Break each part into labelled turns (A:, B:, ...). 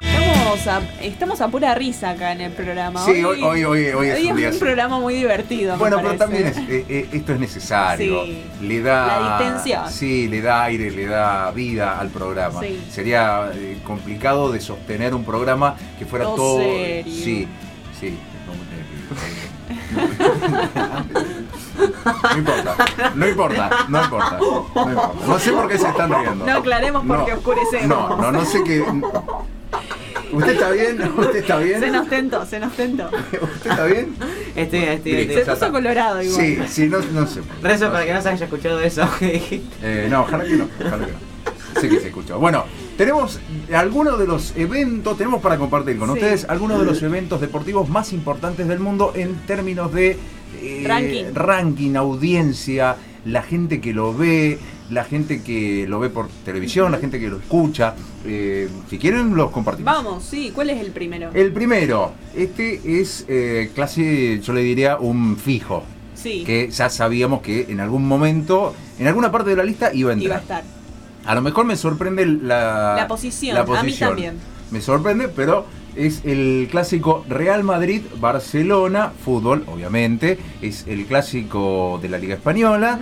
A: estamos a, estamos a pura risa acá en el programa.
B: Sí, hoy, hoy, hoy, hoy es
A: hoy
B: un día
A: un
B: así.
A: programa muy divertido. me
B: Bueno, pero
A: parece.
B: también es- eh, eh, esto es necesario.
A: Sí.
B: Le da.
A: La distensión.
B: Sí, le da aire, le da vida al programa.
A: Sí.
B: Sería eh, complicado de sostener un programa que fuera
A: Todo
B: todo.
A: serio.
B: Sí, sí. No importa, no importa, no importa, no importa. No sé por qué se están riendo.
A: No aclaremos porque
B: No,
A: oscurecemos.
B: No, no, no sé qué. ¿Usted está bien? ¿Usted está bien?
A: Se nos tentó, se nos tentó.
B: ¿Usted está bien?
C: Estoy, estoy, estoy.
B: Listo.
A: Se
B: Ya está.
A: puso colorado igual.
B: Sí, sí, no, no sé. por qué.
C: Rezo para que no se haya escuchado eso que dijiste.
B: Eh, no, ojalá que no, ojalá que no. Sé que se escuchó. Bueno, tenemos algunos de los eventos, tenemos para compartir con
A: Sí.
B: ustedes algunos de los eventos deportivos más importantes del mundo en términos de eh,
A: Ranking.
B: ranking, audiencia, la gente que lo ve, la gente que lo ve por televisión, la gente que lo escucha. Eh, si quieren, los compartimos.
A: Vamos, sí, ¿cuál es el primero?
B: El primero, este es eh, clase, yo le diría un fijo,
A: sí,
B: que ya sabíamos que en algún momento, en alguna parte de la lista iba a entrar.
A: iba a estar.
B: A lo mejor me sorprende la,
A: La posición,
B: la
A: a mí
B: posición.
A: también.
B: Me sorprende, pero es el clásico Real Madrid-Barcelona, fútbol, obviamente. Es el clásico de la Liga Española.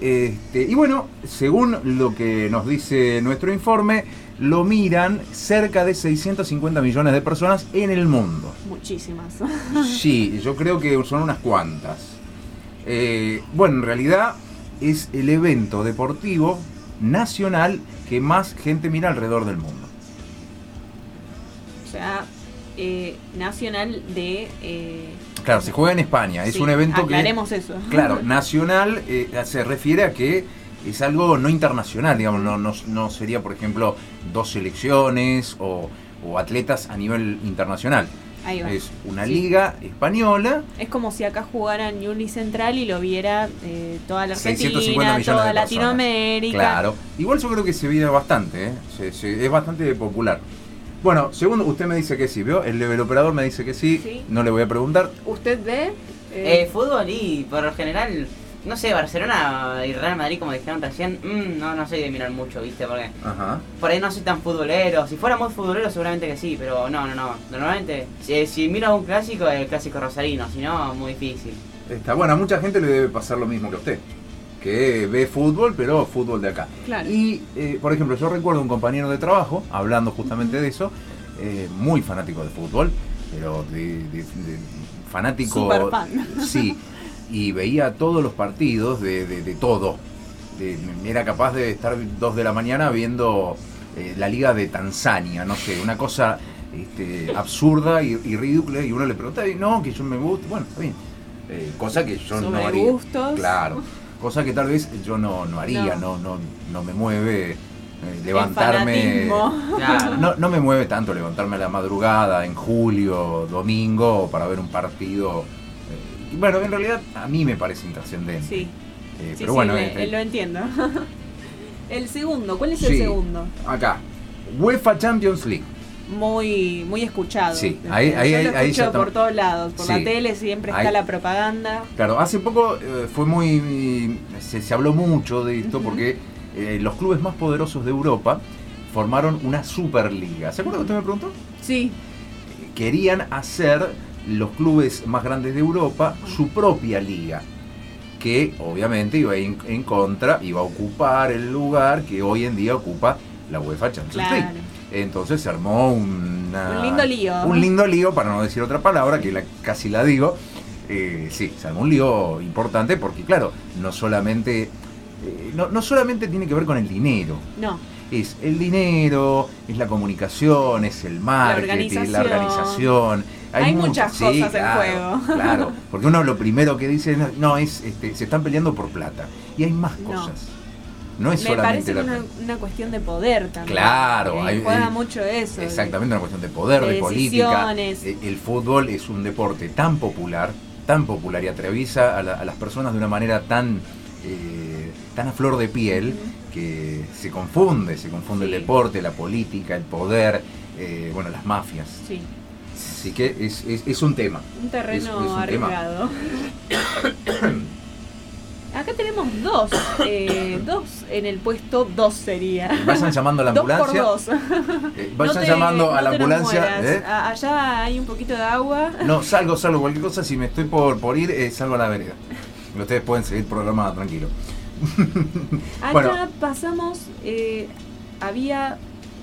B: Este, y bueno, según lo que nos dice nuestro informe, lo miran cerca de 650 millones de personas en el mundo.
A: Muchísimas.
B: Sí, yo creo que son unas cuantas. Eh, bueno, en realidad es el evento deportivo nacional que más gente mira alrededor del mundo.
A: O sea, eh, nacional de... eh,
B: Claro, se juega en España, es
A: sí,
B: un evento que...
A: aclaremos eso.
B: Claro, nacional eh, se refiere a que es algo no internacional, digamos, no, no, no sería, por ejemplo, dos selecciones o, o atletas a nivel internacional.
A: Ahí va.
B: Es una
A: Sí.
B: liga española
A: Es como si acá jugaran Uni Central y lo viera eh, toda la
B: 650
A: Argentina,
B: millones
A: toda
B: de personas.
A: Latinoamérica.
B: Claro. Igual yo creo que se viene bastante, ¿eh? Se- se- es bastante popular. Bueno, segundo, usted me dice que sí, ¿vio? El, el operador me dice que sí,
A: Sí.
B: no le voy a preguntar.
A: ¿Usted ve?
C: Eh, fútbol y por lo general, no sé, Barcelona y Real Madrid, como dijeron recién, mm, no, no soy de mirar mucho, ¿viste? Porque
B: Ajá.
C: por ahí no soy tan futbolero. Si fuera muy futbolero, seguramente que sí, pero no, no, no. Normalmente, si, si miro un clásico, el clásico rosarino, si no, muy difícil.
B: Está bueno, a mucha gente le debe pasar lo mismo que a usted, que ve fútbol, pero fútbol de acá.
A: Claro.
B: Y, eh, por ejemplo, yo recuerdo un compañero de trabajo, hablando justamente de eso, eh, muy fanático de fútbol, pero de, de- de- fanático...
A: Superfan.
B: Sí, y veía todos los partidos de, de- de todo. De- era capaz de estar dos de la mañana viendo eh, la liga de Tanzania, no sé, una cosa este, absurda y, y ridícula, y uno le pregunta, "Y no, que yo me gusta, bueno, está bien. Eh, cosa que yo
A: Sobre
B: no haría.
A: gustos.
B: Claro. Cosa que tal vez yo no, no haría,
A: No.
B: no. No, no, me mueve eh,
A: El
B: levantarme.
A: fanatismo.
C: Claro.
B: No, no me mueve tanto levantarme a la madrugada, en julio, domingo, para ver un partido. eh, y bueno, en realidad a mí me parece intrascendente.
A: Sí,
B: Eh,
A: sí,
B: pero
A: sí,
B: bueno,
A: me-
B: este,
A: lo entiendo. el segundo, ¿cuál es el
B: Sí.
A: segundo?
B: acá. UEFA Champions League.
A: Muy muy escuchado.
B: Sí, ahí- ahí-
A: Yo lo
B: ahí- ahí
A: escucho
B: ya
A: por
B: estamos.
A: todos lados. Por la
B: Sí.
A: tele siempre está
B: Ahí-
A: la propaganda.
B: Claro, hace poco eh, fue muy. Se, se habló mucho de esto
A: Ujú.
B: porque eh, los clubes más poderosos de Europa formaron una Superliga. ¿Se acuerda que usted me preguntó?
A: Sí,
B: querían hacer los clubes más grandes de Europa su propia liga, que obviamente iba en, en contra, iba a ocupar el lugar que hoy en día ocupa la UEFA Champions
A: claro.
B: League. Entonces se armó una-
A: Un lindo lío.
B: Un lindo lío, para no decir otra palabra, que la- casi la digo. Eh, sí, se armó un lío importante porque, claro, no solamente, eh, no- no solamente tiene que ver con el dinero,
A: No,
B: es el dinero, es la comunicación, es el marketing, la
A: organización.
B: organización.
A: Hay
B: mucho-
A: muchas
B: sí,
A: cosas en
B: claro,
A: juego.
B: Claro, porque uno lo primero que dice es, no, es este, se están peleando por plata. Y hay más
A: No.
B: cosas. No, es
A: me
B: solamente
A: parece
B: la
A: una,
B: plata.
A: una cuestión de poder también.
B: Claro,
A: Eh,
B: hay-
A: juega
B: hay-
A: mucho eso. de-
B: Exactamente, una cuestión de poder,
A: de
B: de, política.
A: decisiones.
B: Eh, El fútbol es un deporte tan popular, tan popular y atraviesa a, la- a las personas de una manera tan, eh, tan a flor de piel que se confunde, se confunde
A: Sí.
B: el deporte, la política, el poder, eh, bueno, las mafias.
A: Sí,
B: Así que es, es- es un tema.
A: un terreno
B: Es- es un tema.
A: arriesgado. Acá acá tenemos dos. eh, dos en el puesto dos sería.
B: Vayan llamando a la
A: Dos por
B: ambulancia.
A: dos.
B: Eh,
A: No
B: vayan
A: te-
B: llamando a
A: no
B: la
A: te nos
B: ambulancia.
A: mueras.
B: ¿eh?
A: A- Allá hay un poquito de agua.
B: No, salgo, salgo, cualquier cosa, si me estoy por, por ir, eh, salgo a la vereda. Ustedes pueden seguir programada, tranquilo.
A: Acá
B: Bueno.
A: pasamos, eh, había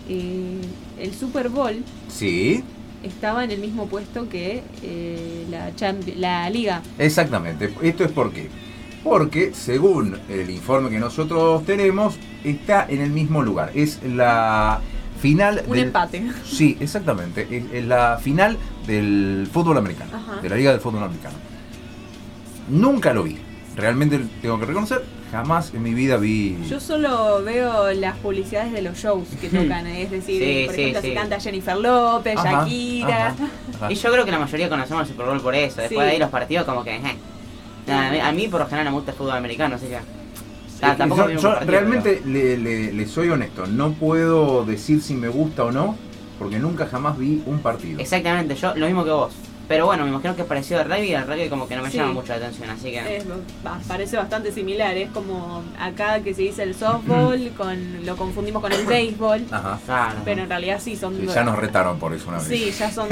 A: eh, el Super Bowl,
B: Sí,
A: estaba en el mismo puesto que eh, la, Champi- la liga.
B: exactamente. ¿Esto es por qué? Porque, según el informe que nosotros tenemos, está en el mismo lugar. Es la final
A: Un
B: del-
A: empate.
B: Sí, exactamente. Es, es la final del fútbol americano,
A: Ajá.
B: de la Liga del Fútbol Americano. Nunca lo vi. Realmente tengo que reconocer, jamás en mi vida vi.
A: Yo solo veo las publicidades de los shows que tocan, ¿eh? es decir,
C: Sí,
A: por
C: sí,
A: ejemplo,
C: sí.
A: se canta Jennifer López,
B: Ajá,
A: Shakira.
B: ajá, ajá.
C: Y yo creo que la mayoría conocemos el Super Bowl por eso. Después
A: Sí.
C: de ahí los partidos como que... eh. Nada, a, mí, a mí por lo general no me gusta el fútbol americano, así que... Ah,
B: Eh,
C: tampoco
B: yo-
C: vi
B: yo
C: un partido,
B: realmente le, le- le soy honesto, no puedo decir si me gusta o no, porque nunca jamás vi un partido.
C: Exactamente, yo lo mismo que vos. Pero bueno, me imagino que es parecido al rugby y el rugby como que no me
A: Sí. Eh,
C: llama mucho la atención, así que...
A: Es- bah, parece bastante similar, es como acá que se dice el softball, con, lo confundimos con el béisbol,
B: Ajá.
C: Claro.
A: pero en realidad sí son
B: Ah. Sí,
A: dos-
B: ya nos retaron por eso una vez.
A: Sí, ya son,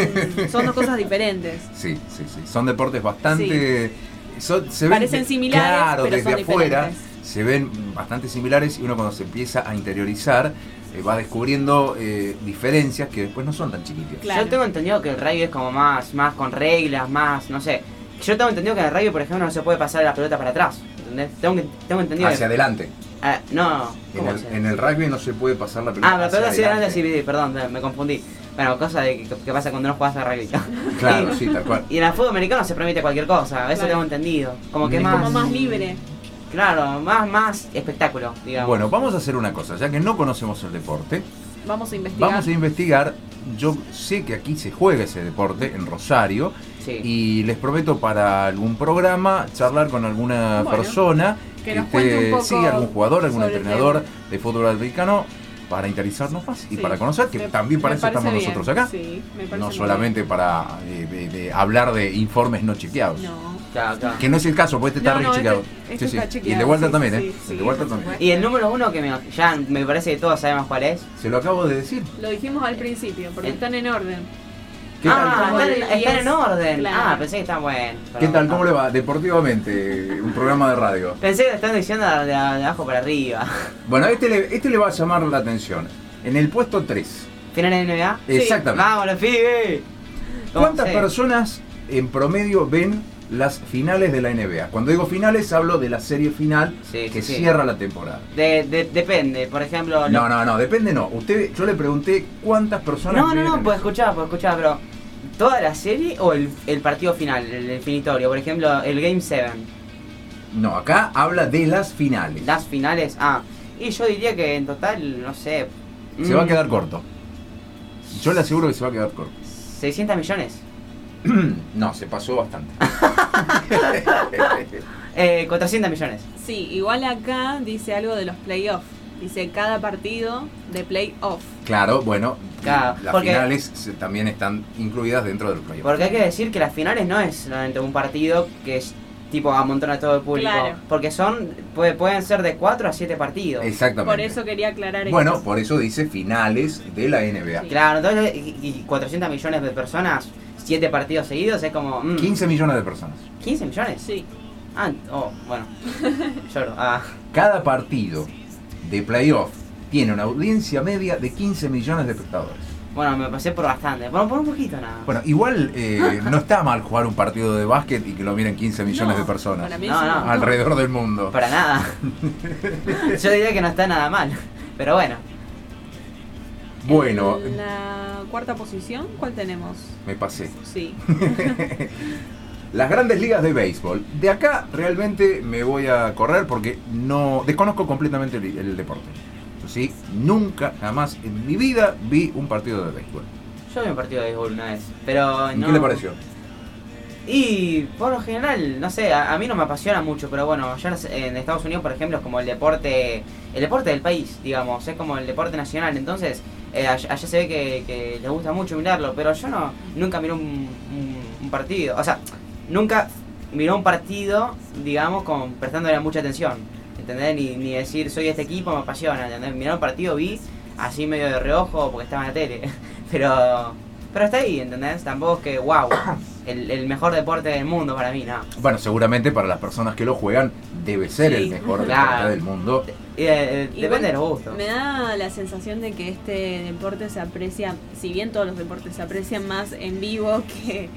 A: son dos cosas diferentes.
B: Sí, sí, sí. Son deportes bastante. son- se
A: Parecen
B: de-
A: similares,
B: Claro,
A: pero
B: desde
A: son
B: afuera
A: diferentes.
B: se ven bastante similares y uno cuando se empieza a interiorizar eh, va descubriendo eh, diferencias que después no son tan chiquitas.
A: Claro.
C: Yo tengo entendido que el rugby es como más, más con reglas, más, no sé. Yo tengo entendido que en el rugby, por ejemplo, no se puede pasar la pelota para atrás, ¿entendés? Tengo, que- tengo entendido
B: Hacia
C: que...
B: adelante.
C: Ah, no,
B: En
C: ¿cómo
B: el,
C: se-
B: en el rugby no se puede pasar la pelota.
C: Ah, la pelota hacia adelante, sí,
B: adelante.
C: sí, perdón, me confundí. Bueno, cosa de que, que pasa cuando no jugás a rugby.
B: Claro, sí, tal cual.
C: y en el fútbol americano se permite cualquier cosa, eso
A: Claro.
C: tengo entendido. Como que
B: Es
C: más...
A: Como más libre.
C: Claro, más, más espectáculo, digamos.
B: Bueno, vamos a hacer una cosa, ya que no conocemos el deporte,
A: Vamos a investigar.
B: vamos a investigar. Yo sé que aquí se juega ese deporte en Rosario
C: Sí.
B: y les prometo para algún programa charlar con alguna
A: Bueno,
B: persona,
A: que nos cuente un poco
B: sí, algún jugador, algún
A: sobre el
B: entrenador de fútbol americano para interesarnos más y
A: Sí.
B: para conocer, que
A: Me-
B: también para
A: me
B: eso
A: parece
B: estamos
A: bien,
B: nosotros acá.
A: sí, me parece
B: No
A: muy
B: solamente para eh, de- de hablar de informes no chequeados.
A: bien. No.
C: Claro, claro.
B: Que no es el caso, porque este está
A: No,
B: re
A: no, este-
B: chequeado.
A: este
B: Sí,
A: está
B: sí. Y el de
A: chequeado,
B: Walter
A: sí,
B: también,
A: sí,
B: ¿eh?
A: sí,
B: el de Walter
A: por
B: también.
A: supuesto.
C: Y el número uno que me- ya me parece que todos sabemos cuál es.
B: Se lo acabo de decir.
A: Lo dijimos al principio, porque
C: Eh.
A: están en orden.
B: ¿Qué
C: ah,
A: tal?
C: están, están en orden.
A: Claro.
C: Ah, pensé que están bueno.
B: ¿Qué tal? ¿Cómo le va? Deportivamente, un programa de radio.
C: Pensé que lo están diciendo de, de abajo para arriba.
B: Bueno, este le, este le va a llamar la atención. En el puesto 3.
C: Final de NBA.
A: Sí.
B: Exactamente.
C: Vamos, los pibes. ¿Cómo
B: ¿Cuántas
C: sé?
B: personas en promedio ven las finales de la NBA? Cuando digo finales, hablo de la serie final
C: Sí,
B: que
C: sí, sí.
B: cierra la temporada.
C: De, de- depende, por ejemplo.
B: No,
C: lo-
B: no, no, depende no. Usted, yo le pregunté cuántas personas.
C: no, no, no,
B: ven-
C: pues escuchá, pues escuchá, pero. ¿Toda la serie o el, el partido final, el, el finitorio? Por ejemplo, el Game 7.
B: No, acá habla de las finales.
C: Las finales. Ah, y yo diría que en total, no sé.
B: Se
C: mm,
B: va a quedar corto. Yo le aseguro que se va a quedar corto.
C: 600 millones.
B: No, se pasó bastante.
C: Ah. Eh, 400 millones.
A: Sí, igual acá dice algo de los playoffs. Dice cada partido de playoff.
B: Claro, bueno,
C: Claro,
B: las
C: porque-
B: finales se- también están incluidas dentro del playoff.
C: Porque hay que decir que las finales no es solamente un partido que es tipo amontona a todo el público.
A: Claro.
C: Porque son puede- pueden ser de 4 a 7 partidos.
B: Exactamente.
A: Por eso quería aclarar esto.
B: bueno, por eso dice finales de la NBA.
A: Sí.
C: Claro, entonces y, y 400 millones de personas, 7 partidos seguidos, es como... mm,
B: 15 millones de personas.
C: 15 millones.
A: Sí,
C: Ah, oh, bueno. Lloro. Ah,
B: Cada partido de playoff tiene una audiencia media de 15 millones de espectadores.
C: bueno, me pasé por bastante. Bueno, por un poquito nada.
B: Bueno, igual eh, no está mal jugar un partido de básquet y que lo miren 15 millones
A: No,
B: de personas
A: para mí
C: No,
A: es
C: no.
A: un-
B: alrededor del mundo.
C: Para nada. Yo diría que no está nada mal. Pero bueno.
B: Bueno,
A: En la cuarta posición, ¿cuál tenemos?
B: me pasé.
A: Sí.
B: Las grandes ligas de béisbol. De acá realmente me voy a correr porque no desconozco completamente el, el deporte. ¿Sí? Nunca, jamás en mi vida vi un partido de béisbol.
C: Yo vi un partido de béisbol una vez. Pero no...
B: ¿Qué le pareció?
C: Y por lo general, no sé, a, a mí no me apasiona mucho, pero bueno, allá en Estados Unidos, por ejemplo, es como el deporte, el deporte del país, digamos, es como el deporte nacional, entonces eh, all- allá, se ve que, que les gusta mucho mirarlo, pero yo no, nunca miré un, un- un partido, o sea, nunca miró un partido, digamos, con prestándole mucha atención. ¿Entendés? Ni, ni decir soy de este equipo, me apasiona. ¿Entendés? Miró un partido, vi así medio de reojo porque estaba en la tele. Pero, pero está ahí, ¿entendés? Tampoco es que, wow, el, el mejor deporte del mundo para mí, no.
B: Bueno, seguramente para las personas que lo juegan debe ser
A: Sí.
B: el mejor
C: Claro.
B: deporte del mundo.
C: Eh, eh,
A: Igual
C: depende de los gustos.
A: Me da la sensación de que este deporte se aprecia, si bien todos los deportes se aprecian más en vivo que,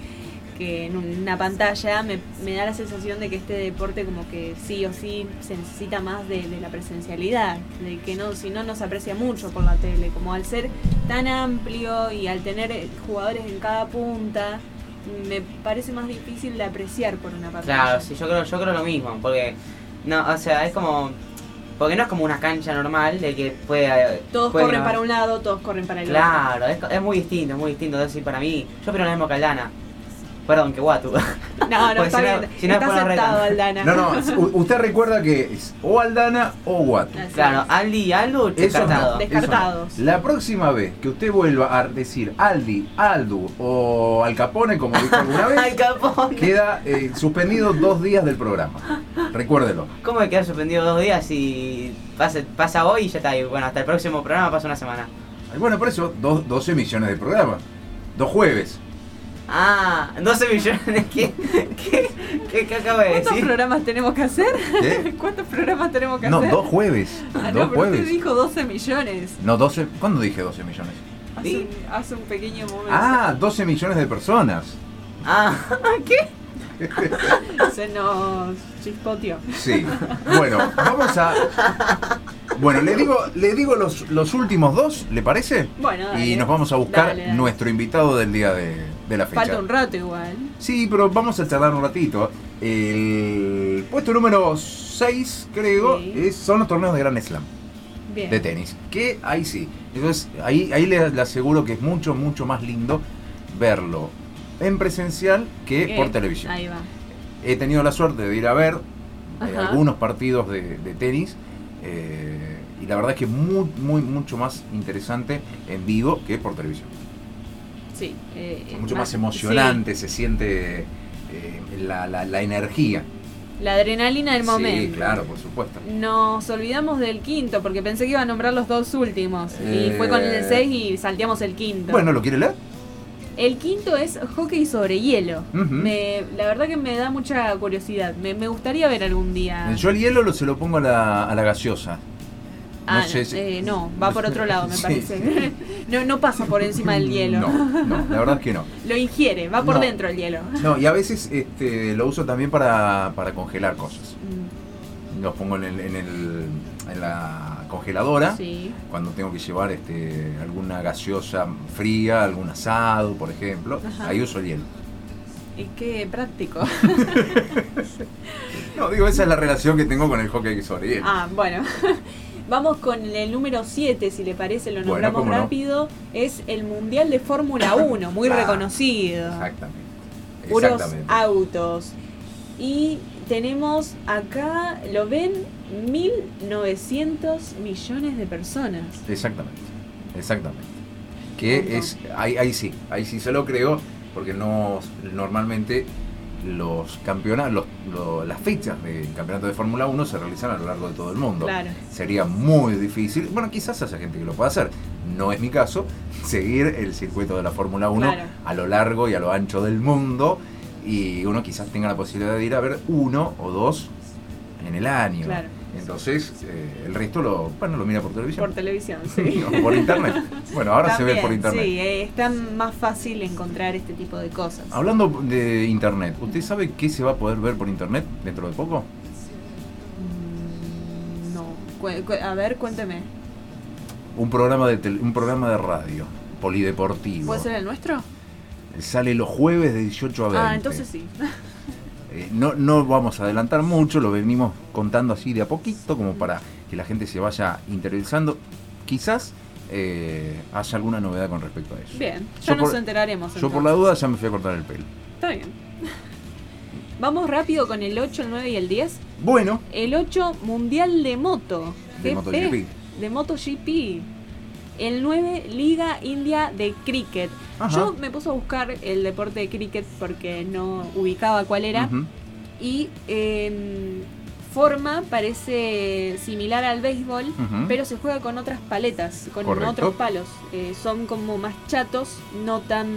A: que en una pantalla, me, me da la sensación de que este deporte como que sí o sí se necesita más de, de la presencialidad, de que no, si no no se aprecia mucho por la tele, como al ser tan amplio y al tener eh, jugadores en cada punta, me parece más difícil de apreciar por una pantalla.
C: Claro, sí, yo creo, yo creo lo mismo, porque no, o sea, es como porque no es como una cancha normal de que puede eh,
A: Todos
C: puede
A: corren
C: no-
A: para un lado, todos corren para el otro.
C: Claro, es, co- es muy distinto, es muy distinto, es decir, para mí, yo pero lo mismo que Aldana. Perdón, que Watu.
A: No, no,
C: Porque
A: está
C: Pues si no-
A: bien.
C: si no es
A: está
C: por la reta.
A: aceptado, Aldana.
B: No, no, u- usted recuerda que es o Aldana o Watu.
A: Así
C: claro, ah,
A: es.
C: Aldi y
B: Eso
C: Aldo
B: no,
C: descartado.
B: eso no.
A: Descartados.
B: La próxima vez que usted vuelva a decir Aldi, Aldu o Al Capone, como dijo alguna
C: Al
B: vez,
C: Capone.
B: queda eh, suspendido dos días del programa. Recuérdelo.
C: ¿Cómo me quedar suspendido dos días y pasa, pasa hoy y ya está? Y bueno, hasta el próximo programa pasa una semana.
B: Y Bueno, por eso, dos, 12 emisiones de programa. Dos jueves.
C: Ah, 12 millones, ¿qué? ¿Qué, qué, qué acabo de
A: ¿Cuántos
C: decir?
A: programas tenemos que hacer?
B: ¿Eh?
A: ¿Cuántos programas tenemos que
B: No,
A: hacer?
B: dos jueves.
A: Ah, no,
B: dos
A: pero usted
B: jueves.
A: dijo 12 millones.
B: No, 12. ¿Cuándo dije 12 millones?
A: Hace,
C: Sí.
A: un, hace un pequeño momento.
B: Ah, 12 millones de personas.
C: Ah, ¿qué?
A: Se nos chispoteó.
B: Sí. Bueno, vamos a. Bueno, le digo, le digo los, los últimos dos, ¿le parece?
A: Bueno, dale.
B: Y nos vamos a buscar
A: Dale, dale.
B: nuestro invitado del día de, de la fecha.
A: Falta un rato igual.
B: Sí, pero vamos a charlar un ratito. El puesto número 6, creo,
A: Sí.
B: es- son los torneos de Grand Slam
A: Bien.
B: de tenis. Que ahí sí. Entonces, ahí, ahí le, le aseguro que es mucho, mucho más lindo verlo en presencial que
A: Bien.
B: por televisión.
A: Ahí va.
B: He tenido la suerte de ir a ver eh,
A: Ajá.
B: algunos partidos de, de tenis. eh, y la verdad es que es muy, muy, mucho más interesante en vivo que por televisión.
A: Sí. eh,
B: Es mucho más
A: sí.
B: emocionante, se siente eh, la, la- la energía.
A: La adrenalina del momento.
B: Sí, claro, por supuesto.
A: Nos olvidamos del quinto porque pensé que iba a nombrar los dos últimos.
B: Eh.
A: Y fue con el 6 y salteamos el quinto.
B: Bueno, ¿lo quiere leer?
A: El quinto es hockey sobre hielo.
B: Ujú.
A: Me- la verdad que me da mucha curiosidad. Me, me gustaría ver algún día.
B: Eh, Yo el hielo lo, se lo pongo a la, a la gaseosa.
A: Ah,
B: no sé si-
A: eh, no, va por otro lado, me
B: Sí,
A: parece. No, no pasa por encima del hielo.
B: No, no, la verdad es que no.
A: Lo ingiere, va por
B: No.
A: dentro el hielo.
B: No, y a veces este, lo uso también para, para congelar cosas. Los pongo en, el, en, el, en la congeladora
A: Sí.
B: cuando tengo que llevar este, alguna gaseosa fría, algún asado, por ejemplo.
A: Ajá.
B: Ahí uso el hielo.
A: Es que práctico.
B: No, digo, esa es la relación que tengo con el hockey sobre hielo.
A: Ah, bueno. Vamos con el número 7, si le parece, lo
B: Bueno,
A: nombramos
B: cómo no.
A: rápido. Es el Mundial de Fórmula 1, muy
B: Ah,
A: reconocido.
B: Exactamente.
A: puros
B: Exactamente.
A: autos. Y tenemos acá, lo ven, 1.900 millones de personas.
B: Exactamente. Exactamente. Que es, ahí, ahí sí, ahí sí se lo creo, porque no normalmente los campeonatos, los- lo- las fechas del campeonato de Fórmula 1 se realizan a lo largo de todo el mundo.
A: Claro.
B: Sería muy difícil, bueno, quizás haya gente que lo pueda hacer, no es mi caso, seguir el circuito de la Fórmula 1
A: Claro.
B: a lo largo y a lo ancho del mundo y uno quizás tenga la posibilidad de ir a ver uno o dos en el año.
A: Claro.
B: Entonces, eh, el resto lo, bueno, lo mira por televisión.
A: Por televisión, sí.
B: O por internet. Bueno, ahora se ve
A: También,
B: por internet.
A: Sí, eh, está más fácil encontrar este tipo de cosas.
B: Hablando de internet, ¿usted sabe qué se va a poder ver por internet dentro de poco?
A: Mm, No. Cu- cu- A ver, cuénteme.
B: Un programa de tele- un programa de radio polideportivo.
A: ¿Puede ser el nuestro?
B: Sale los jueves de 18 a 20.
A: Ah, entonces sí.
B: Eh, no, no vamos a adelantar mucho, lo venimos contando así de a poquito, como para que la gente se vaya interesando. Quizás eh, haya alguna novedad con respecto a eso.
A: Bien,
B: Yo
A: ya nos
B: por-
A: enteraremos.
B: Yo por
A: entonces.
B: la duda ya me fui a cortar el pelo.
A: Está bien. Vamos rápido con el 8, el 9 y el 10.
B: Bueno,
A: El 8, Mundial de Moto.
B: De
A: GP,
B: MotoGP.
A: De MotoGP. El 9, Liga India de Cricket.
B: Ajá.
A: Yo me puse a buscar el deporte de cricket porque no ubicaba cuál era.
B: ujú.
A: y en forma parece similar al béisbol,
B: Ujú.
A: pero se juega con otras paletas, con
B: Correcto.
A: otros palos. Eh, son como más chatos, no tan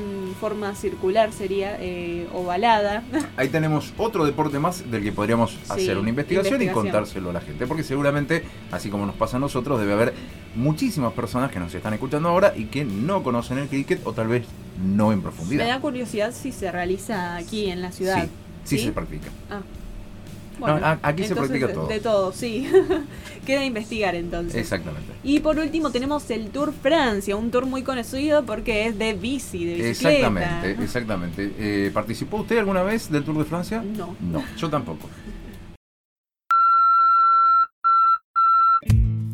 A: forma circular sería, eh, ovalada.
B: Ahí tenemos otro deporte más del que podríamos hacer una investigación, y
A: investigación.
B: contárselo a la gente, porque seguramente, así como nos pasa a nosotros, debe haber muchísimas personas que nos están escuchando ahora y que no conocen el cricket o tal vez no en
A: Me
B: profundidad.
A: da curiosidad si se realiza aquí en la ciudad.
B: Sí, sí,
A: ¿Sí?
B: se practica.
A: Ah. Bueno,
B: a- aquí se
A: entonces,
B: practica
A: de-
B: todo.
A: De todo, sí. Queda investigar entonces.
B: Exactamente.
A: Y por último tenemos el Tour Francia, un tour muy conocido porque es de bici, de bicicleta.
B: Exactamente, exactamente. Eh, ¿Participó usted alguna vez del Tour de Francia?
A: No.
B: No, yo tampoco.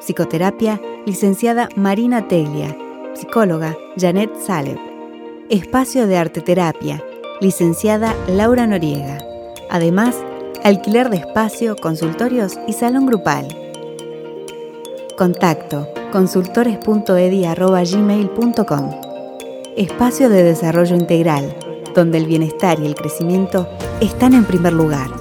D: Psicoterapia, licenciada Marina Teglia, psicóloga Janet Saleb. Espacio de Arte Terapia, licenciada Laura Noriega. Además, alquiler de espacio, consultorios y salón grupal. Contacto consultores.edi.gmail.com Espacio de Desarrollo Integral, donde el bienestar y el crecimiento están en primer lugar.